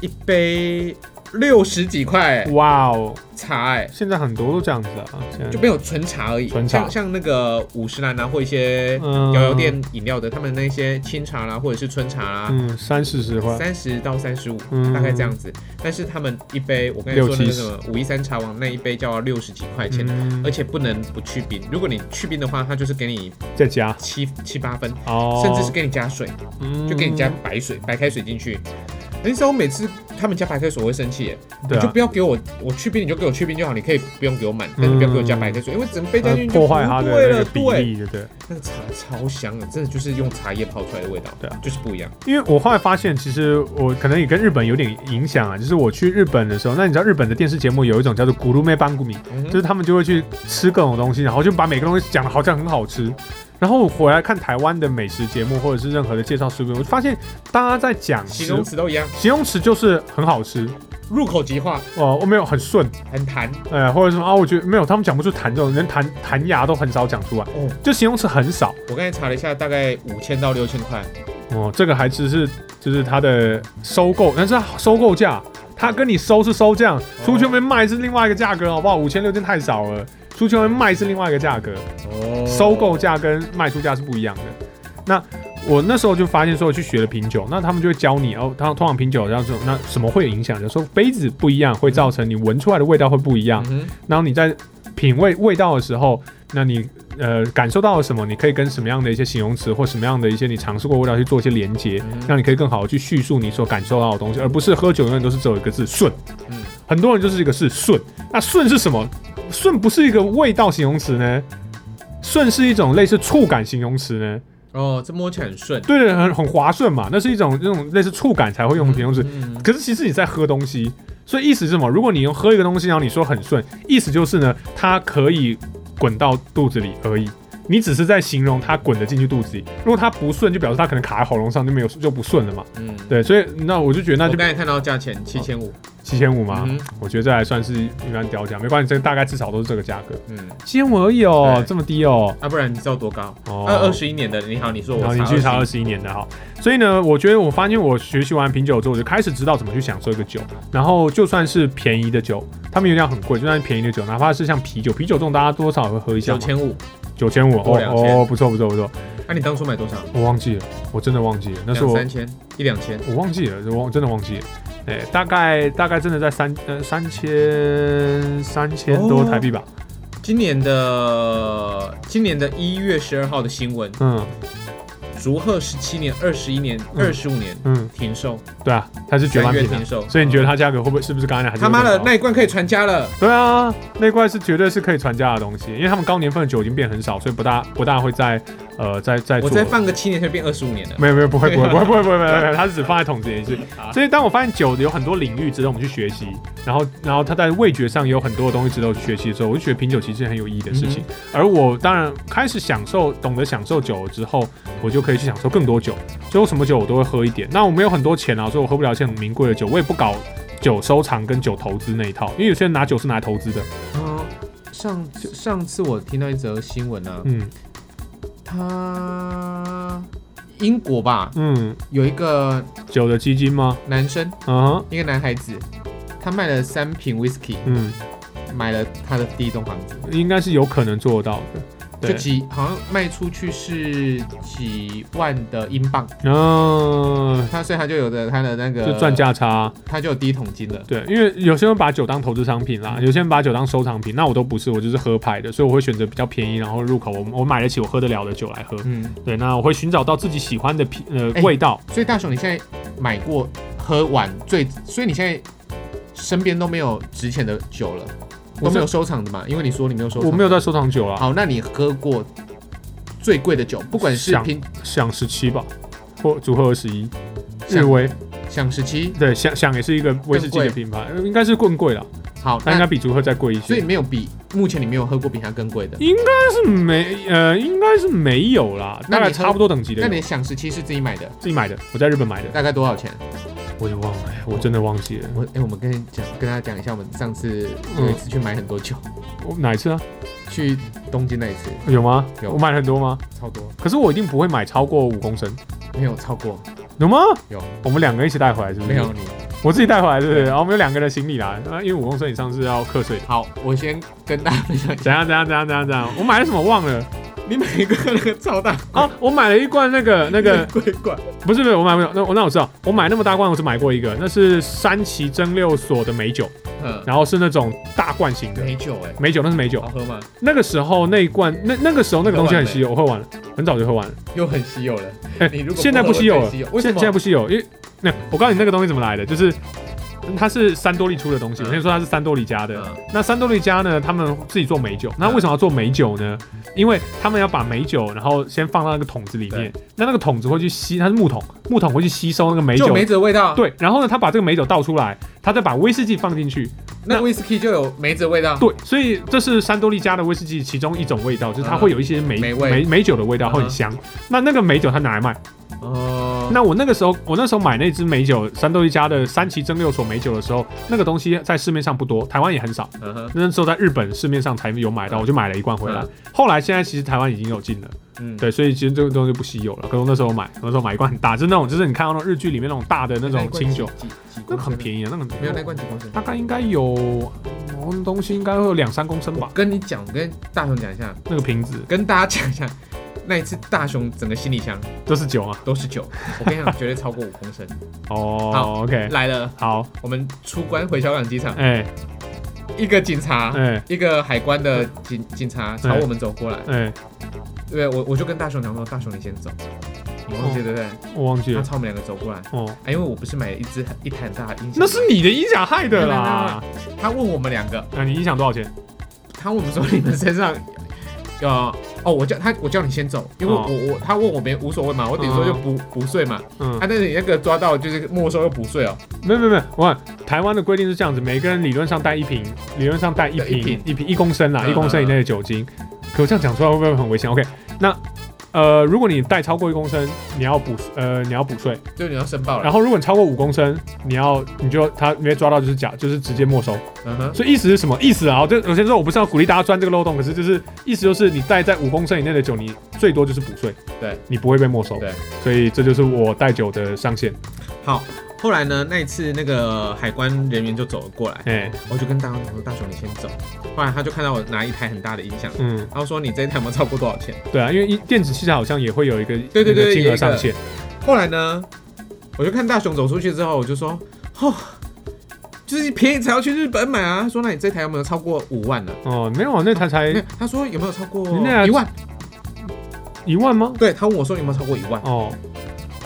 S2: 一杯六十几块
S1: 哇哦，
S2: 茶哎、
S1: 现在很多都这样子啊，现在
S2: 就没有纯茶而已，
S1: 纯茶
S2: 像像那个五十兰啊，或一些
S1: 嗯
S2: 摇摇店饮料的，他们那些清茶啦、或者是春茶啦、
S1: 嗯三四十块，
S2: 啊三十到三十五，
S1: 嗯
S2: 大概这样子。但是他们一杯，我刚才说的那
S1: 六
S2: 个
S1: 七十
S2: 什么五一三茶王那一杯就要六十几块钱，
S1: 嗯
S2: 而，且不能不去冰。如果你去冰的话，它就是给你
S1: 再加
S2: 七七八分，
S1: 哦，嗯
S2: 甚至是给你加水，就给你加白水、白开水进去。很少每次他们加白开水我会生气耶，
S1: 对
S2: 你就
S1: 啊
S2: 不，要给我我去冰，你就给我去冰就好，你可以不用给我满，但是不要给我加白开水，因为整杯加
S1: 它
S2: 进去
S1: 嗯
S2: 就
S1: 呃破坏它
S2: 不
S1: 的
S2: 对
S1: 那
S2: 了，
S1: 个比
S2: 对。
S1: 例，对不对？
S2: 那个茶超香的，真的就是用茶叶泡出来的味道，
S1: 对啊
S2: 就是不一样。
S1: 因为我后来发现，其实我可能也跟日本有点影响啊。就是我去日本的时候，那你知道日本的电视节目有一种叫做“咕噜妹班古米”，
S2: 嗯
S1: 就是他们就会去吃各种东西，然后就把每个东西讲的好像很好吃。然后我回来看台湾的美食节目或者是任何的介绍食品，我就发现大家在讲
S2: 形
S1: 食
S2: 容词都一样，
S1: 形容词就是很好吃，
S2: 入口即化，
S1: 哦、我没有很顺，
S2: 很弹
S1: 呃，或者什么啊，我觉得没有，他们讲不出弹这种，连弹弹牙都很少讲出来，
S2: 哦。
S1: 就形容词很少。
S2: 我刚才查了一下，大概五千到六千块，
S1: 哦，这个还只是就是它的收购，但是它收购价，它跟你收是收这
S2: 哦
S1: 样，出去外面卖是另外一个价格，好不好？五千六千太少了，出去外面卖是另外一个价格，
S2: 哦，
S1: 收购价跟卖出价是不一样的。那我那时候就发现说，我去学了品酒，那他们就会教你哦，他通常品酒然后说，那什么会有影响？就说杯子不一样，会造成你闻出来的味道会不一样
S2: 嗯。哼，
S1: 然后你在品味味道的时候，那你呃感受到了什么？你可以跟什么样的一些形容词或什么样的一些你尝试过的味道去做一些连接，
S2: 嗯
S1: 让你可以更好的去叙述你所感受到的东西，而不是喝酒永远都是只有一个字顺。
S2: 嗯
S1: 很多人就是一个是顺，那顺是什么？顺不是一个味道形容词呢？顺是一种类似触感形容词呢？
S2: 哦，这摸起来很顺，
S1: 对对，很很滑顺嘛，那是一种那种类似触感才会用的形容词。
S2: 嗯，
S1: 可是其实你在喝东西，所以意思是什么？如果你用喝一个东西，然后你说很顺，意思就是呢，它可以滚到肚子里而已。你只是在形容它滚得进去肚子里，如果它不顺，就表示它可能卡在喉咙上就没有就不顺了嘛。
S2: 嗯，
S1: 对，所以那我就觉得那
S2: 我
S1: 就哦
S2: 刚才看到价钱七千五，
S1: 七千五嘛，
S2: 嗯
S1: 我觉得这还算是嗯一般标价，没关系，这大概至少都是这个价格，
S2: 嗯，
S1: 七千五而已哦
S2: 对，
S1: 这么低哦。
S2: 啊，不然你知道多高？
S1: 哦
S2: 二二十一年的，你好，你说我
S1: 然后你去查
S2: 查
S1: 二十一年的哈。所以呢，我觉得我发现我学习完品酒之后，我就开始知道怎么去享受一个酒。然后就算是便宜的酒，他们有点很贵，就算是便宜的酒，哪怕是像啤酒，啤酒这种大家多少也会喝一下
S2: 九
S1: 嘛，
S2: 千五，
S1: 九千五
S2: 多
S1: 哦
S2: 两千
S1: 哦，不错不错不错，
S2: 那你当初买多少？
S1: 我忘记了，我真的忘记了，那是
S2: 两
S1: 我
S2: 三千，一两千，
S1: 我忘记了，我忘真的忘记了。哎，大概大概真的在三呃三千三千多
S2: 哦
S1: 台币吧，
S2: 今年的今年的一月十二号的新闻，
S1: 嗯
S2: 竹鹤十七年、二十一年、
S1: 嗯
S2: 二十五年
S1: 嗯，
S2: 停售，
S1: 对啊，它是绝
S2: 三
S1: 版
S2: 月
S1: 品
S2: 停
S1: 啊，
S2: 售，
S1: 所以你觉得它价格会不会是不是刚才那还是
S2: 他妈
S1: 会
S2: 的
S1: 更高
S2: 那一罐可以传家了？
S1: 对啊，那块是绝对是可以传家的东西，因为他们高年份的酒已经变很少，所以不大不大会再呃再再
S2: 我
S1: 做。
S2: 再放个七年就变二十五年了。
S1: 没有没有不会不会不会不会不会不会，它是只放在桶子里是。
S2: 啊
S1: 所以当我发现酒有很多领域值得我们去学习，然后然后它在味觉上也有很多的东西值得我去学习的时候，我就觉得品酒其实是很有意义的事
S2: 嗯
S1: 情。而我当然开始享受懂得享受酒了之后，我就可以去享受更多酒，所以我什么酒我都会喝一点。那我没有很多钱啊，所以我喝不了一些很名贵的酒，我也不搞酒收藏跟酒投资那一套，因为有些人拿酒是拿来投资的，
S2: 嗯，上上次我听到一则新闻啊，
S1: 嗯。
S2: 他英国吧
S1: 嗯，
S2: 有一个
S1: 酒的基金吗？
S2: 男生，
S1: 嗯哼，
S2: 一个男孩子，他卖了三瓶 whisky，
S1: 嗯，
S2: 买了他的第一栋房子，
S1: 应该是有可能做得到的。
S2: 就
S1: 对，
S2: 几好像卖出去是几万的英镑，
S1: 嗯、
S2: 他所以他就有的他的那个
S1: 就赚，价差。啊
S2: 他就有第一桶金了。
S1: 对，因为有些人把酒当投资商品
S2: 嗯
S1: 啦，有些人把酒当收藏品，那我都不是，我就是喝牌的，所以我会选择比较便宜，然后入口我我买得起，我喝得了的酒来喝。
S2: 嗯，
S1: 对，那我会寻找到自己喜欢的品呃、
S2: 哎
S1: 味道。
S2: 所以大雄，你现在买过喝完最，所以你现在身边都没有值钱的酒了，
S1: 我
S2: 都没
S1: 没
S2: 有收藏的嘛？因为你说你没有收藏，
S1: 我没有。在收藏酒啊，
S2: 好，那你喝过最贵的酒，不管是
S1: 想
S2: 平
S1: 想十七吧，或组合二十一，日
S2: 想
S1: 威，
S2: 想时期，
S1: 对，想想也是一个威士忌的
S2: 更贵
S1: 品牌，呃应该是更贵了，
S2: 好，
S1: 但应该
S2: 那
S1: 比组合再贵一些。
S2: 所以没有比目前你没有喝过比它更贵的。
S1: 是没，呃，应该是没有啦，大
S2: 那你
S1: 概差不多等级的
S2: 那
S1: 有。
S2: 你想时期是自己买的，
S1: 自己买的，我在日本买的，
S2: 大概多少钱？
S1: 我也忘了，哎我真的忘记了。
S2: 我哎、我们跟你讲，跟大家讲一下，我们上次有一次去买很多酒，
S1: 我哪一次啊？
S2: 去东京那一次
S1: 有吗？
S2: 有
S1: 我买了很多吗？
S2: 超多，
S1: 可是我一定不会买超过五公升，
S2: 没有超过，
S1: 有吗？
S2: 有
S1: 我们两个一起带回来是不是？
S2: 没有，你
S1: 我自己带回来是不是？
S2: 对
S1: 然后我们有两个人的行李啦，啊，因为五公升以上是要课税。
S2: 好，我先跟大家分享一下，
S1: 怎样怎样怎样怎样怎样？我买了什么忘了？
S2: 你买一个那个超大
S1: 哦，我买了一罐那个那 个
S2: 龟罐，
S1: 不是不是，我买不了。那我那我知道，我买那么大罐，我只买过一个，那是三崎蒸馏所的美酒，
S2: 嗯，
S1: 然后是那种大罐型的
S2: 美酒哎、
S1: 美酒，那是美酒
S2: 好。喝吗？
S1: 那个时候那一罐，那那个时候那个东西很稀有，我喝完了，很早就喝完了。
S2: 又很稀有了，
S1: 哎
S2: 你如果
S1: 现在不稀有了
S2: 了，哦为
S1: 现
S2: 什么？
S1: 现在不稀有，因为那我告诉你那个东西怎么来的，就是它是三多利出的东西。
S2: 嗯
S1: 我先说它是三多利家的
S2: 嗯。
S1: 那三多利家呢，他们自己做美酒。那为什么要做美酒呢？因为他们要把美酒，然后先放到那个桶子里面。那那个桶子会去吸，它是木桶，木桶会去吸收那个美酒
S2: 就。梅子的味道，，
S1: 对，然后呢，他把这个美酒倒出来，他再把威士忌放进去。
S2: 那 whisky 就有梅子的味道，
S1: 对，所以这是山多利家的威士忌其中一种味道，就是它
S2: 嗯
S1: 会有一些梅
S2: 梅味
S1: 梅梅酒的味道，
S2: 嗯
S1: 会很香。那那个美酒它拿来卖。
S2: 哦，
S1: 那我那个时候，我那时候买那支美酒，三豆一家的三崎蒸馏所美酒的时候，那个东西在市面上不多，台湾也很少。
S2: 嗯哼，
S1: 那时候在日本市面上才有买到，我就买了一罐回来
S2: 嗯。
S1: 后来现在其实台湾已经有进了，
S2: 嗯，
S1: 对，所以其实这个东西不稀有了。可是我那时候买，那时候买一罐很大，就是那种就是你看到那种日剧里面那种大的那种清酒，
S2: 几，几
S1: 那个很
S2: 宜，
S1: 便宜啊的，那个很
S2: 没有那
S1: 便宜
S2: 罐几公升。
S1: 大概应该有，我们东西应该会有两三公升吧
S2: 我，跟你讲，我跟大雄讲一下，
S1: 那个瓶子
S2: 跟大家讲一下，那一次大雄整个行李箱
S1: 都是酒啊。
S2: 都是酒，我跟你讲，绝对超过五 公升。好
S1: 哦，OK，
S2: 来了，
S1: 好，
S2: 我们出关回小港机场，
S1: 哎
S2: 一个警察。
S1: 哎
S2: 一个海关的警警察朝我们走过来，
S1: 哎，
S2: 对我我就跟大雄讲说，大雄你先走，你忘记对不对？
S1: 我忘记
S2: 他
S1: 了，
S2: 朝我们两个走过来，
S1: 哦。
S2: 哎，因为我不是买了一只一台很大的音响，
S1: 那是你的音响害的啦！
S2: 他问我们两个，
S1: 啊，你音响多少钱？
S2: 他问我们说你们身上，呃，哦，我叫他我叫你先走，因为我、
S1: 哦
S2: 我他问我没无所谓嘛，我顶多就补补税嘛，
S1: 嗯
S2: 啊，，但是你那个抓到就是没收又补税哦，
S1: 没有没有没有，我看台湾的规定是这样子，每个人理论上带一瓶，理论上带一
S2: 对一
S1: 瓶
S2: 瓶
S1: 一瓶一公升啦，
S2: 嗯
S1: 一公升以内的酒精。可我这样讲出来会不会很危险？OK，那呃，如果你带超过一公升，你要补呃你要补税，
S2: 就你要申报了，
S1: 然后如果你超过五公升，你要你就他没抓到就是假，就是直接没收。
S2: 嗯哼，
S1: 所以意思是什么意思啊？我这我先说，我不是要鼓励大家钻这个漏洞，可是就是意思就是你带在五公升以内的酒，你最多就是补税，
S2: 对，
S1: 你不会被没收，
S2: 对，
S1: 所以这就是我带酒的上限。
S2: 好。后来呢？那一次那个海关人员就走了过来，
S1: 哎，
S2: 我就跟大雄讲说：“大雄，你先走。”后来他就看到我拿一台很大的音响，
S1: 嗯，
S2: 他说：“你这一台有没有超过多少钱
S1: 对啊，因为一电子器材好像也会有一个
S2: 对
S1: 那
S2: 对对
S1: 个
S2: 有一
S1: 金
S2: 个
S1: 额上限，？”
S2: 后来呢，我就看大雄走出去之后，我就说：“哦，就是便宜才要去日本买啊。”他说：“那你这台有没有超过五万了？”
S1: 哦，没有啊，那台才
S2: 没有，他说有没有超过
S1: 你那台
S2: 一万？
S1: 一万吗？
S2: 对他问我说有没有超过一万？
S1: 哦，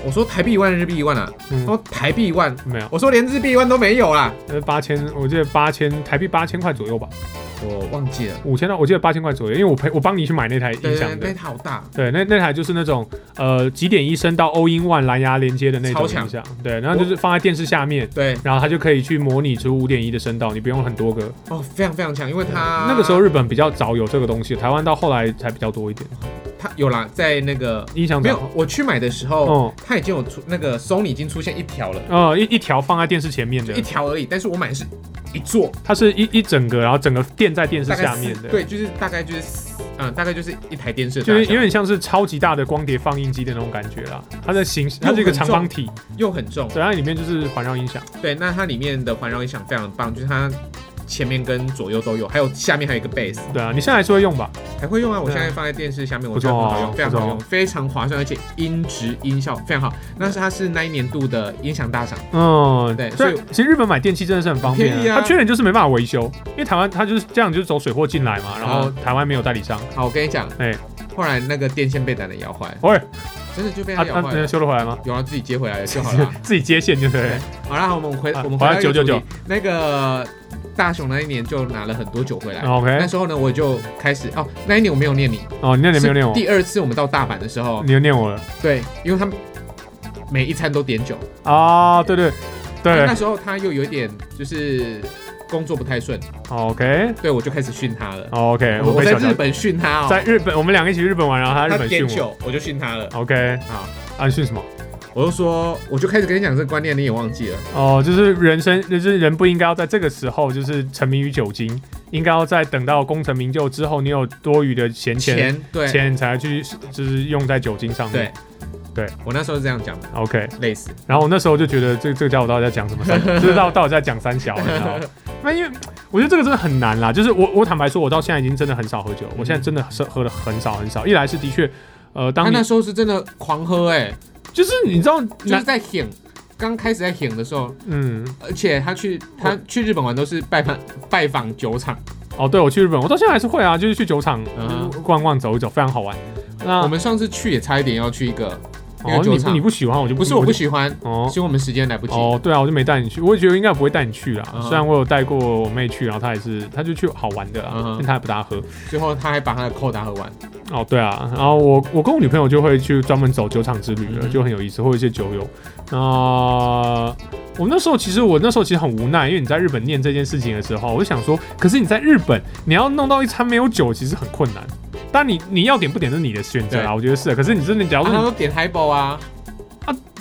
S2: 我说台币一万，日币一万啊。他
S1: 嗯，
S2: 说台币一万，
S1: 没有，
S2: 我说连日币一万都没有啊啦。
S1: 呃，八千，我记得八千台币八千块左右吧，
S2: 我忘记了，
S1: 五千到我记得八千块左右，因为我陪我帮你去买那台音
S2: 对
S1: 响
S2: 对对，那
S1: 的。
S2: 台好大，
S1: 对，那那台就是那种呃几点一升到 all in one 蓝牙连接的那种
S2: 超强
S1: 音响，对，然后就是放在电视下面，
S2: 对
S1: 然后它就可以去模拟出五点一的声道，你不用很多个。
S2: 哦，非常非常强，因为他
S1: 那个时候日本比较早有这个东西，台湾到后来才比较多一点。
S2: 他有啦，在那个
S1: 音响
S2: 没
S1: 早
S2: 有，我去买的时候，
S1: 哦，
S2: 他已经有出那个 Sony 已经出现一条了，
S1: 呃，一一条放在电视前面
S2: 就
S1: 的
S2: 一，条而已，但是我买的是一座，
S1: 它是一一整个，然后整个垫在电视
S2: 大概
S1: 下
S2: 四
S1: 面的，，
S2: 对，就是大概就是四，嗯，大概就是一台电视的
S1: 就
S2: 大
S1: 是
S2: 小，
S1: 有点像是超级大的光碟放映机的那种感觉啦。它的形，它是一个长方体，
S2: 又很重，
S1: 对，它里面就是环绕音响。
S2: 对，那它里面的环绕音响非常棒，就是它前面跟左右都有，还有下面还有一个 bass，
S1: 对啊，你现在还是会用吧？
S2: 还会用啊，我
S1: 对啊
S2: 现在放在电视下面，我
S1: 不
S2: 觉得很好
S1: 错哦
S2: 用，非常好用，
S1: 不
S2: 非常划算，而且音质音效非常好，那是它是那一年度的音响大赏，
S1: 嗯，
S2: 对
S1: 所
S2: 所以
S1: 以其实日本买电器真的是很方便、
S2: 便宜啊
S1: 它缺点就是没办法维修，因为台湾它就是这样，就是走水货进来嘛，然后
S2: 嗯
S1: 台湾没有代理商。
S2: 好，我跟你讲，
S1: 哎
S2: 后来那个电线被男的摇坏，
S1: 喂，啊
S2: 真的就被
S1: 它
S2: 他摇
S1: 它
S2: 坏
S1: 能
S2: 了，
S1: 修得回来吗？
S2: 有啊，自己接回来了就好了。
S1: 自己接线就对了。
S2: 好啦，我们回
S1: 啊
S2: 我们
S1: 回
S2: 回
S1: 来
S2: 到一个
S1: 999
S2: 主题那个大雄那一年就拿了很多酒回来。那
S1: OK，
S2: 时候呢，我就开始哦，那一年我没有念你，
S1: 哦，你哎那年没有念我嗯
S2: 是，第二次我们到大阪的时候，
S1: 你又念我了
S2: 对，因为他们每一餐都点酒，
S1: 啊？对对对
S2: 那时候他又有一点就是工作不太顺，
S1: ，OK
S2: 对我就开始训他了。
S1: OK，我哦哎
S2: 我
S1: 被
S2: 在
S1: 小
S2: 日
S1: 乔
S2: 本训他哦，
S1: 在日本，我们两个一起去日本玩，然后他在哦
S2: 他
S1: 日本训
S2: 点
S1: 我
S2: 酒，我就训他了。
S1: ，OK，
S2: 好，
S1: 啊，你训什么？
S2: 我就说，我就开始跟你讲这个观念，你也忘记了。
S1: 哦，就是人生，就是人不应该要在这个时候就是沉迷于酒精，应该要在等到功成名就之后，你有多余的闲钱，
S2: 对
S1: 钱才去就是用在酒精上面
S2: 对。
S1: 对，
S2: 我那时候是这样讲的，
S1: OK，
S2: 类似。
S1: 然后我那时候就觉得这这个家伙到底在讲什么三， 就是到到底在讲三小，你知道吗？那因为我觉得这个真的很难啦，就是我我坦白说，我到现在已经真的很少喝酒，我现在真的是喝的很少很少。一来是的确，呃，
S2: 他
S1: 当你
S2: 那时候是真的狂喝、哎，
S1: 就是你知道，
S2: 就是在舔，刚开始在舔的时候，
S1: 嗯，
S2: 而且他去他去日本玩都是拜访拜访酒厂，
S1: 哦，对我去日本，我到现在还是会啊，就是去酒厂、
S2: 嗯哼
S1: 逛逛走一走，非常好玩。那
S2: 我们上次去也差一点要去一个，一
S1: 啊哦，
S2: 个酒
S1: 你
S2: 厂
S1: 你不喜欢我就
S2: 不是我不
S1: 就
S2: 喜欢，
S1: 哦
S2: 是因为我们时间来不及。
S1: 哦，对啊，我就没带你去，我也觉得应该不会带你去啦。
S2: 嗯
S1: 虽然我有带过我妹去，然后她也是，她就去好玩的啦，
S2: 嗯哼
S1: 但她也不大喝。
S2: 最后他还把他的扣打喝完，
S1: 哦，对啊，然后我我跟我女朋友就会去专门走酒厂之旅了，
S2: 嗯哼
S1: 就很有意思，会有一些酒友。那、我那时候其实我那时候其实很无奈，因为你在日本念这件事情的时候，我就想说，可是你在日本你要弄到一餐没有酒，其实很困难。但你你要点不点是你的选择啦，
S2: 对
S1: 我觉得是啊的。可是你真的假
S2: 然
S1: 如
S2: 后
S1: 说
S2: 他
S1: 你
S2: 都点 highball 啊，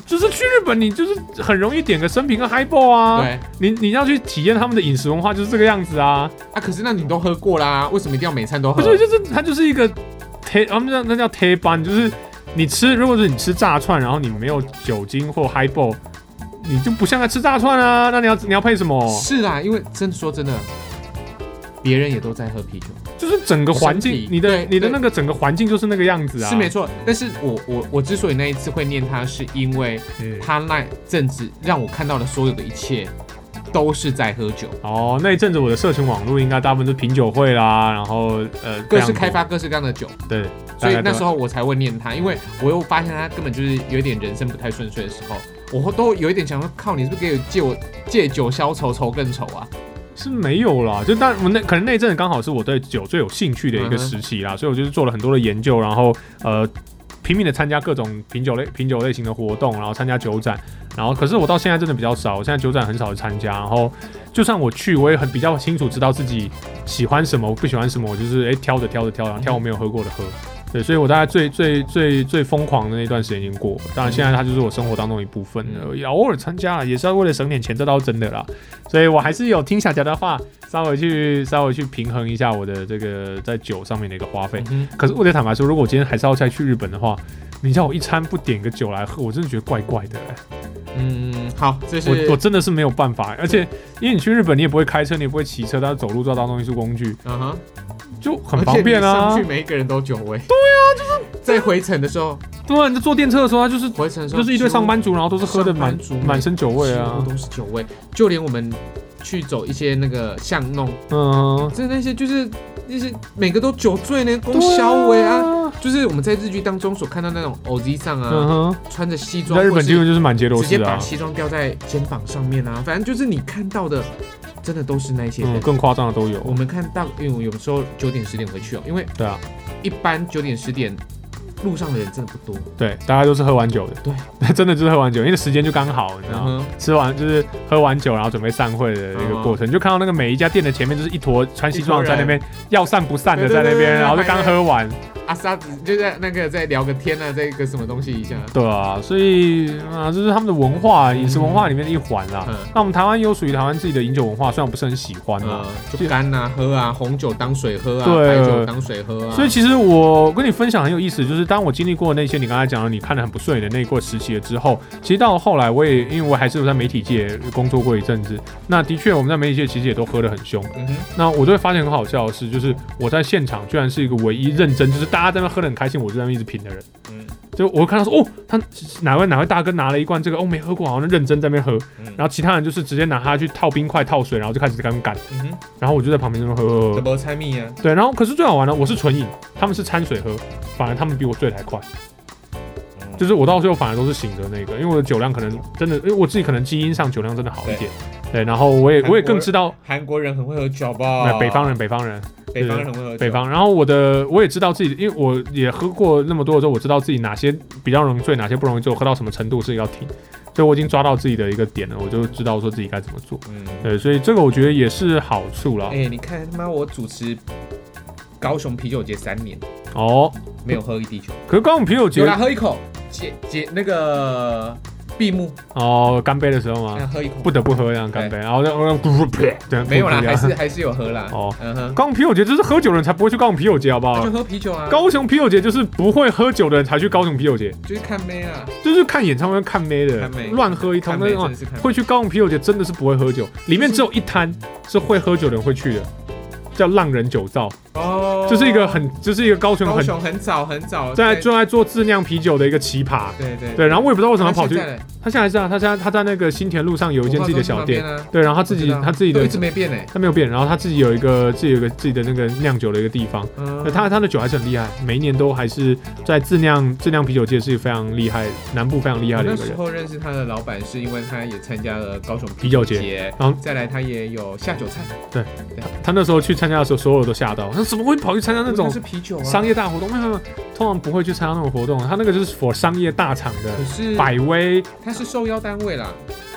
S1: 就是去日本，你就是很容易点个生啤跟 highball 啊。
S2: 对
S1: 你你要去体验他们的饮食文化就是这个样子啊，
S2: 啊，可是那你都喝过啦，为什么一定要每餐都
S1: 不
S2: 喝？
S1: 是就是它就是一个贴，他们那那叫贴班，就是你吃，如果是你吃炸串，然后你没有酒精或 highball，你就不像在吃炸串啊，那你要你要配什么？
S2: 是啊，因为真说真的，别人也都在喝啤酒，
S1: 就是整个环境
S2: 身体，
S1: 你的
S2: 对
S1: 你的
S2: 对
S1: 那个整个环境就是那个样子啊，
S2: 是没错。但是我我我之所以那一次会念他，是因为
S1: 嗯
S2: 他那阵子让我看到的所有的一切都是在喝酒，
S1: 哦，那一阵子我的社群网络应该大部分都是品酒会啦，然后呃非
S2: 各
S1: 常
S2: 式
S1: 多
S2: 开发各式各样的酒，
S1: 对，
S2: 所
S1: 大
S2: 以
S1: 概
S2: 那
S1: 都
S2: 时候我才会念他，因为我又发现他根本就是有一点人生不太顺遂的时候，我都有一点想说，靠，你是不是给我借我借酒消愁，愁更愁啊？
S1: 是没有啦，就但我那可能那一阵子刚好是我对酒最有兴趣的一个
S2: 嗯哼
S1: 时期啦，所以我就是做了很多的研究，然后呃拼命的参加各种品酒类品酒类型的活动，然后参加酒展，然后可是我到现在真的比较少，我现在酒展很少参加，然后就算我去，我也很比较清楚知道自己喜欢什么，不喜欢什么，我就是诶挑着挑着
S2: 嗯
S1: 挑，然后挑我没有喝过的喝。对，所以我大概最最最最疯狂的那段时间已经过了，当然现在它就是我生活当中一部分
S2: 嗯
S1: 而已啊，偶尔参加啦也是要为了省点钱，这倒是真的啦。所以我还是有听小乔的话，稍微去稍微去平衡一下我的这个在酒上面的一个花费
S2: 嗯。哼
S1: 可是我得坦白说，如果我今天还是要再去日本的话，你叫我一餐不点个酒来喝，我真的觉得怪怪的、欸。
S2: 嗯，好，这是
S1: 我我真的是没有办法欸、而且因为你去日本，你也不会开车，你也不会骑车，但是走路就要当运输工具，
S2: 嗯哼，
S1: 就很方便
S2: 而
S1: 啊
S2: 且你上去。每一个人都酒味。对啊，就是在回程的时候，
S1: 对啊，你坐电车的时候，它就是
S2: 回程的时候
S1: 就是一堆上班族，然后都是喝的
S2: 上班
S1: 满
S2: 族
S1: 满身酒
S2: 几乎
S1: 味啊
S2: 几乎。都是酒味，就连我们去走一些那个巷弄，
S1: 嗯，
S2: 这那些就是那些每个都酒醉呢，公小尾
S1: 对
S2: 啊。
S1: 啊。
S2: 就是我们在日剧当中所看到那种 OZ 上啊，
S1: 嗯哼，
S2: 穿着西装，
S1: 在日
S2: 或
S1: 本
S2: 是
S1: 基本就是满街都
S2: 直接
S1: 是
S2: 把
S1: 啊。
S2: 西装吊在肩膀上面啊，反正就是你看到的，真的都是那些人。
S1: 嗯，更夸张的都有。
S2: 我们看到，因为我有时候九点十点回去哦，因为
S1: 对啊，
S2: 一般九点十点路上的人真的不多。
S1: 对，大家都是喝完酒的，
S2: 对，
S1: 真的就是喝完酒，因为时间就刚好，你知道
S2: 嗯
S1: 吗？
S2: 哼，
S1: 吃完就是喝完酒，然后准备散会的一个过程，你就看到那个每一家店的前面就是一坨穿西装的在那边要散不散的在那
S2: 对对对
S1: 边，
S2: 对
S1: 然后就刚喝完，
S2: 阿沙子就在那个在聊个天啊，在一个什么东西一下，
S1: 对啊，所以啊，这是他们的文化饮食文化里面的一环啦
S2: 嗯。
S1: 那我们台湾也有属于台湾自己的饮酒文化，虽然我不是很喜欢啊
S2: 呃，，就干啊喝啊，红酒当水喝啊，
S1: 对
S2: 白酒当水喝啊。
S1: 所以其实我跟你分享很有意思，就是当我经历过那些你刚才讲的你看的很不顺眼的那一过时期了之后，其实到后来我也因为我还是有在媒体界工作过一阵子，那的确我们在媒体界其实也都喝得很凶。
S2: 嗯哼，
S1: 那我就会发现很好笑的事，就是我在现场居然是一个唯一认真，就是大家在那边喝得很开心，我就在那边一直品的人。
S2: 嗯
S1: 就我会看到说，哦，他哪位哪位大哥拿了一罐这个，哦，没喝过，好像认真在那边喝。
S2: 嗯
S1: 然后其他人就是直接拿它去套冰块、套水，然后就开始在那边干。
S2: 嗯哼，
S1: 然后我就在旁边这边喝喝喝
S2: 这。波猜密啊，
S1: 对，然后可是最好玩的，我是纯饮，他们是掺水喝，反而他们比我醉得还快。就是我到最后反而都是醒着那个，因为我的酒量可能真的，因为我自己可能基因上酒量真的好一点。对，然后我也我也更知道，哎
S2: 韩国人很会喝酒好不好
S1: 那北方人，北方人，
S2: 北方人很会喝酒，
S1: 北方。然后我的我也知道自己，因为我也喝过那么多的时候，我知道自己哪些比较容易醉，哪些不容易醉，我喝到什么程度是要停。所以我已经抓到自己的一个点了，我就知道说自己该怎么做。
S2: 嗯，
S1: 对，所以这个我觉得也是好处啦
S2: 哎、。你看他妈我主持高雄啤酒节三年，
S1: 哦，
S2: 没有喝一滴酒，
S1: 可是刚我们啤酒节
S2: 有啦，喝一口，解解那个闭幕，
S1: 哦，干杯的时候
S2: 那
S1: 吗？
S2: 喝一口
S1: 不得不喝这样干杯，然后就然后咕噜噗对，
S2: 没有啦，
S1: 噗
S2: 还是还是有喝啦。
S1: 哦
S2: 嗯哼，
S1: 刚啤酒节，这是喝酒的人才不会去刚啤酒节，好不
S2: 那
S1: 好
S2: 就？喝啤酒啊，
S1: 高雄啤酒节就是不会喝酒的人才去高雄啤酒节，
S2: 就是看妹啊，
S1: 就是看演唱会看妹的
S2: 看妹，
S1: 乱喝一通
S2: 看
S1: 那
S2: 妹
S1: 种
S2: 真。是看妹。
S1: 会去高雄啤酒节真的是不会喝酒，里面只有一摊是会喝酒的人会去的，叫浪人酒造，
S2: 哦，
S1: 就是一个很就是一个高雄
S2: 高
S1: 很
S2: 雄很早很早
S1: 在专爱做自酿啤酒的一个奇葩。
S2: 对对
S1: 对，然后我也不知道为
S2: 为
S1: 什么跑去，
S2: 有
S1: 他现在还是啊，他现在他在那个新田路上有一间自己的小店，
S2: 啊，
S1: 对，然后他自己
S2: 我知道
S1: 他自己
S2: 都
S1: 的
S2: 一直没变哎。
S1: 他没有变，然后他自己有一个自己有一个自己的那个酿酒的一个地方，
S2: 嗯
S1: 那他他的酒还是很厉害，每一年都还是在自酿自酿啤酒界是非常厉害，南部非常厉害
S2: 我
S1: 的
S2: 哦那
S1: 一个
S2: 时
S1: 人。
S2: 候认识他的老板，是因为他也参加了高雄
S1: 啤酒节
S2: 节，
S1: 然后
S2: 再来他也有下酒菜，
S1: 他那时候去参加的时候，所有都吓到，那怎么会跑去参加那种
S2: 是啤酒啊，
S1: 商业大活动？没有没有，通常不会去参加那种活动，他那个就是 for 商业大厂的
S2: 可。是
S1: 百威，
S2: 他是受邀单位啦，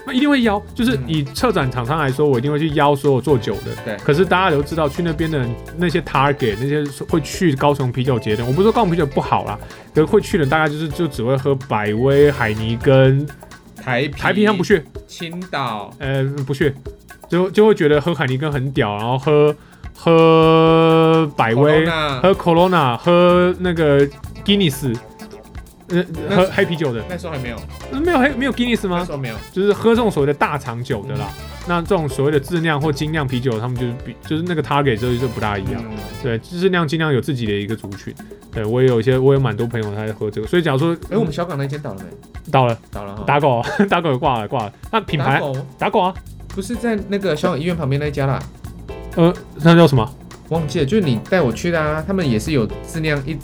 S1: 那一定会邀，就是
S2: 嗯
S1: 以策展厂商来说，我一定会去邀所有做酒的。
S2: 对
S1: 可是大家都知道，去那边的人那些 target 那些会去高雄啤酒节的人，我不是说高雄啤酒不好啦，可是会去的人大概就是就只会喝百威、海尼根、
S2: 台
S1: 台啤，他们不屑，
S2: 青岛
S1: 呃，不屑，就就会觉得喝海尼根很屌，然后喝喝百威、
S2: Corona
S1: 喝 Corona、喝那个 Guinness，呃，
S2: 那
S1: 喝
S2: 是
S1: 黑啤酒的，
S2: 那时候还没有，
S1: 没有黑没有 Guinness
S2: 那
S1: 吗
S2: 时？候没有，
S1: 就是喝这种所谓的大厂酒的
S2: 嗯
S1: 啦。那这种所谓的自酿或精酿啤酒，他们就是比就是那个 target 就是就不大一样。
S2: 嗯
S1: 对，自酿精酿有自己的一个族群。对我也有一些，我有蛮多朋友他在喝这个。所以假如说，
S2: 哎，我们小港那间倒了没？
S1: 到了
S2: 倒了哈，
S1: 打狗，啊 打狗也挂了挂了。那品牌
S2: 打狗
S1: 打狗啊，
S2: 不是在那个小港医院旁边那一家啦。
S1: 呃，那叫什么？
S2: 忘记了，就是你带我去的啊，他们也是有自酿一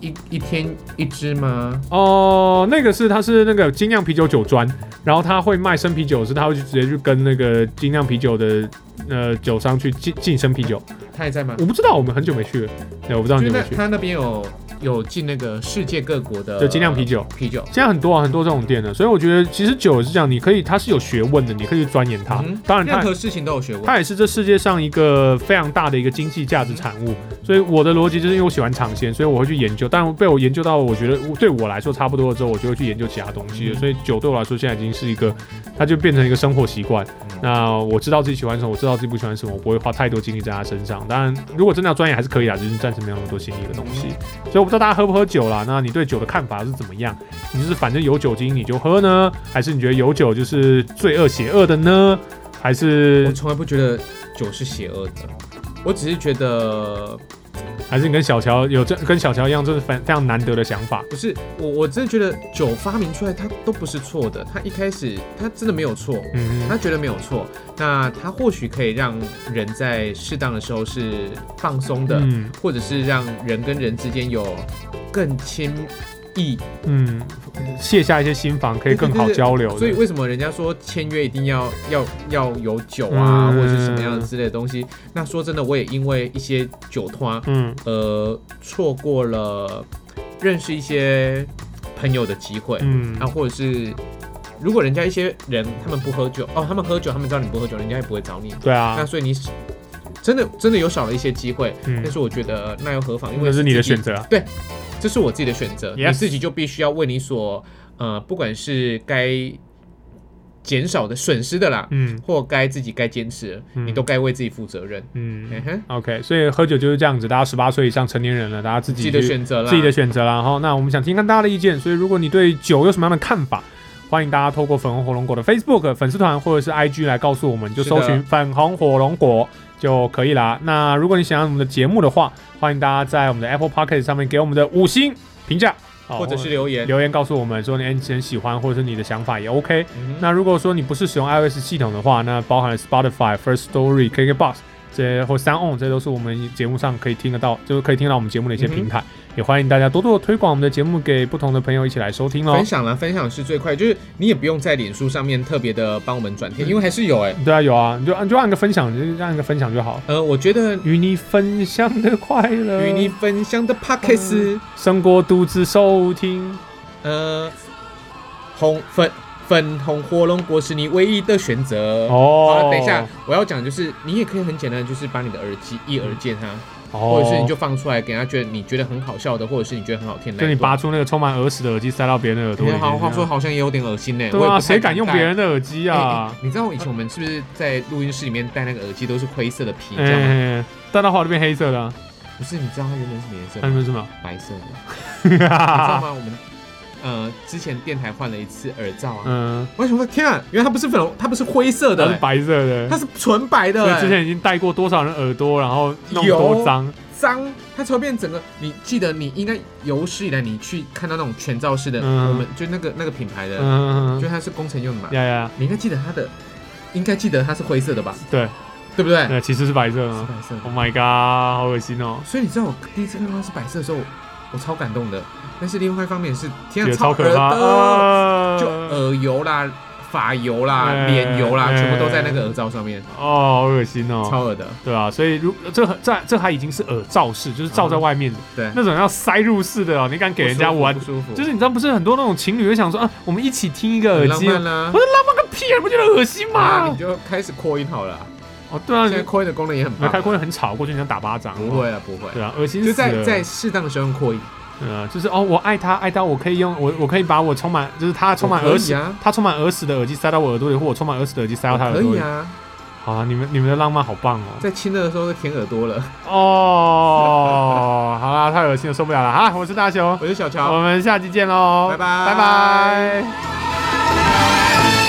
S2: 一一天一支吗？
S1: 哦，那个是它是那个精酿啤酒酒庄，然后他会卖生啤酒，是他会去直接去跟那个精酿啤酒的呃酒商去进进生啤酒。
S2: 他还在吗？
S1: 我不知道，我们很久没去了，对，我不知道很
S2: 就是
S1: 久没
S2: 那
S1: 去。
S2: 他那边有有进那个世界各国的
S1: 就精酿啤酒
S2: 啤酒，
S1: 现在很多啊，很多这种店的，所以我觉得其实酒也是这样，你可以，它是有学问的，你可以去钻研它。
S2: 嗯
S1: 当然
S2: 任
S1: 它，它
S2: 何事情都有学问。
S1: 也是这世界上一个非常大的一个经济价值产物。所以我的逻辑就是因为我喜欢尝鲜，所以我会去研究。但被我研究到，我觉得对我来说差不多了之后，我就会去研究其他东西了。
S2: 嗯
S1: 所以酒对我来说现在已经是一个，它就变成一个生活习惯。那我知道自己喜欢什么，我知道自己不喜欢什么，我不会花太多精力在它身上。当然，如果真的要钻研还是可以啊，只是暂时没有那么多心力的东西。所以我不知道大家喝不喝酒啦。那你对酒的看法是怎么样？你就是反正有酒精你就喝呢，还是你觉得有酒就是罪恶邪恶的呢？还
S2: 我
S1: 是
S2: 从来不觉得酒是邪恶的，我只是觉得
S1: 还是你跟小乔有这跟小乔一样，这是非非常难得的想法。
S2: 不是我，我真的觉得酒发明出来它都不是错的，它一开始它真的没有错，
S1: 嗯
S2: 他觉得没有错，那他或许可以让人在适当的时候是放松的，
S1: 嗯
S2: 或者是让人跟人之间有更亲意。
S1: 嗯，卸下一些心防，可以更好交流的。
S2: 所以为什么人家说签约一定要要要有酒啊，
S1: 嗯
S2: 或者是什么样之类的东西？那说真的，我也因为一些酒托，
S1: 嗯
S2: 呃，错过了认识一些朋友的机会。
S1: 嗯
S2: 啊，或者是如果人家一些人他们不喝酒哦，他们喝酒，他们知道你不喝酒，人家也不会找你。
S1: 对啊
S2: 那，所以你是真的真的有少了一些机会，
S1: 嗯
S2: 但，是我觉得那又何妨？因为
S1: 那是你的
S2: 自己
S1: 选，择啊。
S2: 这是我自己的选择
S1: Yes
S2: 你自己就必须要为你所呃，不管是该减少的损失的啦，
S1: 嗯
S2: 或该自己该坚持的，
S1: 嗯
S2: 你都该为自己负责任。嗯
S1: 嗯
S2: 哼，
S1: ，OK，所以喝酒就是这样子，大家十八岁以上成年人了，大家自
S2: 自
S1: 己
S2: 己的
S1: 去
S2: 选择啦，
S1: 自己的选择啦。然后，那我们想听看大家的意见，所以如果你对酒有什么样的看法，欢迎大家透过粉红火龙果的 Facebook 粉丝团或者是 IG 来告诉我们，就搜
S2: 是
S1: 寻
S2: 的
S1: 粉红火龙果就可以啦。那如果你想要我们的节目的话，欢迎大家在我们的 Apple p o c k e t 上面给我们的五星评价，哦
S2: 或者是留言。
S1: 留言告诉我们说你很喜欢，或者是你的想法也 OK。
S2: 嗯哼
S1: 那如果说你不是使用 iOS 系统的话，那包含了 Spotify、First Story、KKBox 这些或 Sound On，这些都是我们节目上可以听得到，就是可以听到我们节目的一些平台。也欢迎大家多多地推广我们的节目给不同的朋友一起来收听哦
S2: 分。享啦，分享是最快，就是你也不用在脸书上面特别的帮我们转贴，
S1: 嗯
S2: 因为还是有哎、
S1: 对啊，有啊，你就按就按个分享，你就按个分享就好。
S2: 呃，我觉得
S1: 与你分享的快乐，
S2: 与你分享的
S1: 呃
S2: podcast，、
S1: 生活独自收听。
S2: 呃，红粉粉红火龙果是你唯一的选择。
S1: 哦，
S2: 好了，等一下，我要讲就是，你也可以很简单，就是把你的耳机一耳键它
S1: 哦
S2: 或者是你就放出来给人家觉得你觉得很好笑的，或者是你觉得很好听的
S1: 就
S2: 那
S1: 你
S2: 一段。
S1: 拔出那个充满耳屎的耳机塞到别人的耳朵里
S2: 你
S1: 面这
S2: 好，
S1: 样，
S2: 话说好像也有点恶心呢、我
S1: 对
S2: 也不
S1: 啊，
S2: 太
S1: 谁敢用
S2: 戴
S1: 别人的耳机
S2: 哎
S1: 啊
S2: 哎？你知道以前我们是不是在录音室里面戴那个耳机都是灰色的皮，这样吗？
S1: 嗯，戴到后来变黑色的啊，
S2: 不是，你知道它原本是什么颜色
S1: 还有
S2: 吗？
S1: 没有什么？
S2: 白色 的。你知道吗？我们呃之前电台换了一次耳罩啊，
S1: 嗯，
S2: 我想说天啊，原来它不是粉红，它不是灰色
S1: 它
S2: 的、
S1: 是白色的。
S2: 它是纯白的、
S1: 所以之
S2: 欸，
S1: 前已经戴过多少人耳朵，然后弄
S2: 有
S1: 多脏，
S2: 脏，它才会变整个。你记得你应该有史以来你去看到那种全罩式的，
S1: 嗯
S2: 我们就那个那个品牌的，
S1: 嗯
S2: 就，它是工程用的嘛，
S1: 呀呀，
S2: 你应该记得它的，应该记得它是灰色的吧，
S1: 对，
S2: 对不对？
S1: 那其实是白色
S2: 是
S1: 啊。
S2: 白色的
S1: Oh my god，好恶心哦，
S2: 所以你知道我第一次看到它是白色的时候，我超感动的。但是另外一方面是，天啊，
S1: 也超
S2: 超
S1: 可怕，
S2: 恶的就
S1: 呃，
S2: 耳油啦、发油啦、
S1: 哎
S2: 脸油啦，
S1: 哎
S2: 全部都在那个耳罩上面，
S1: 哦，好恶心哦，
S2: 超恶的。
S1: 对啊，所以如这这这还已经是耳罩式，就是罩在外面的，
S2: 对，
S1: 那种要塞入式的哦，你敢给人家玩
S2: 不？舒服，
S1: 就是你知道，不是很多那种情侣会想说啊，我们一起听一个耳
S2: 很浪
S1: 机，
S2: 漫啦
S1: 不。是浪漫个屁啊，你不觉得恶心
S2: 啊，
S1: 吗
S2: 你？就开始扩音好了啊。
S1: 哦，对啊，
S2: 现在扩音的功能也很
S1: 你
S2: 棒。
S1: 开关很吵，过去你想打巴掌，
S2: 不会，啊，不会
S1: 对，啊，恶心死
S2: 就
S1: 了。
S2: 在在适当的时候用扩音。
S1: 呃，就是哦，我爱他，爱到我可以用我，我可以把我充满，就是他充满
S2: 我可
S1: 耳
S2: 以
S1: 屎，
S2: 啊
S1: 他充满耳屎的耳机塞到我耳朵里，或我充满耳屎的耳机塞到他耳
S2: 可
S1: 朵
S2: 以
S1: 里。
S2: 啊，
S1: 好啊，你们你们的浪漫好棒哦。
S2: 在亲热的时候就舔耳朵了。
S1: 哦，好啦，太恶心了，受不了了啊！我是大雄，
S2: 我是小乔
S1: 我，们下期见喽，
S2: 拜拜
S1: 拜拜。
S2: 拜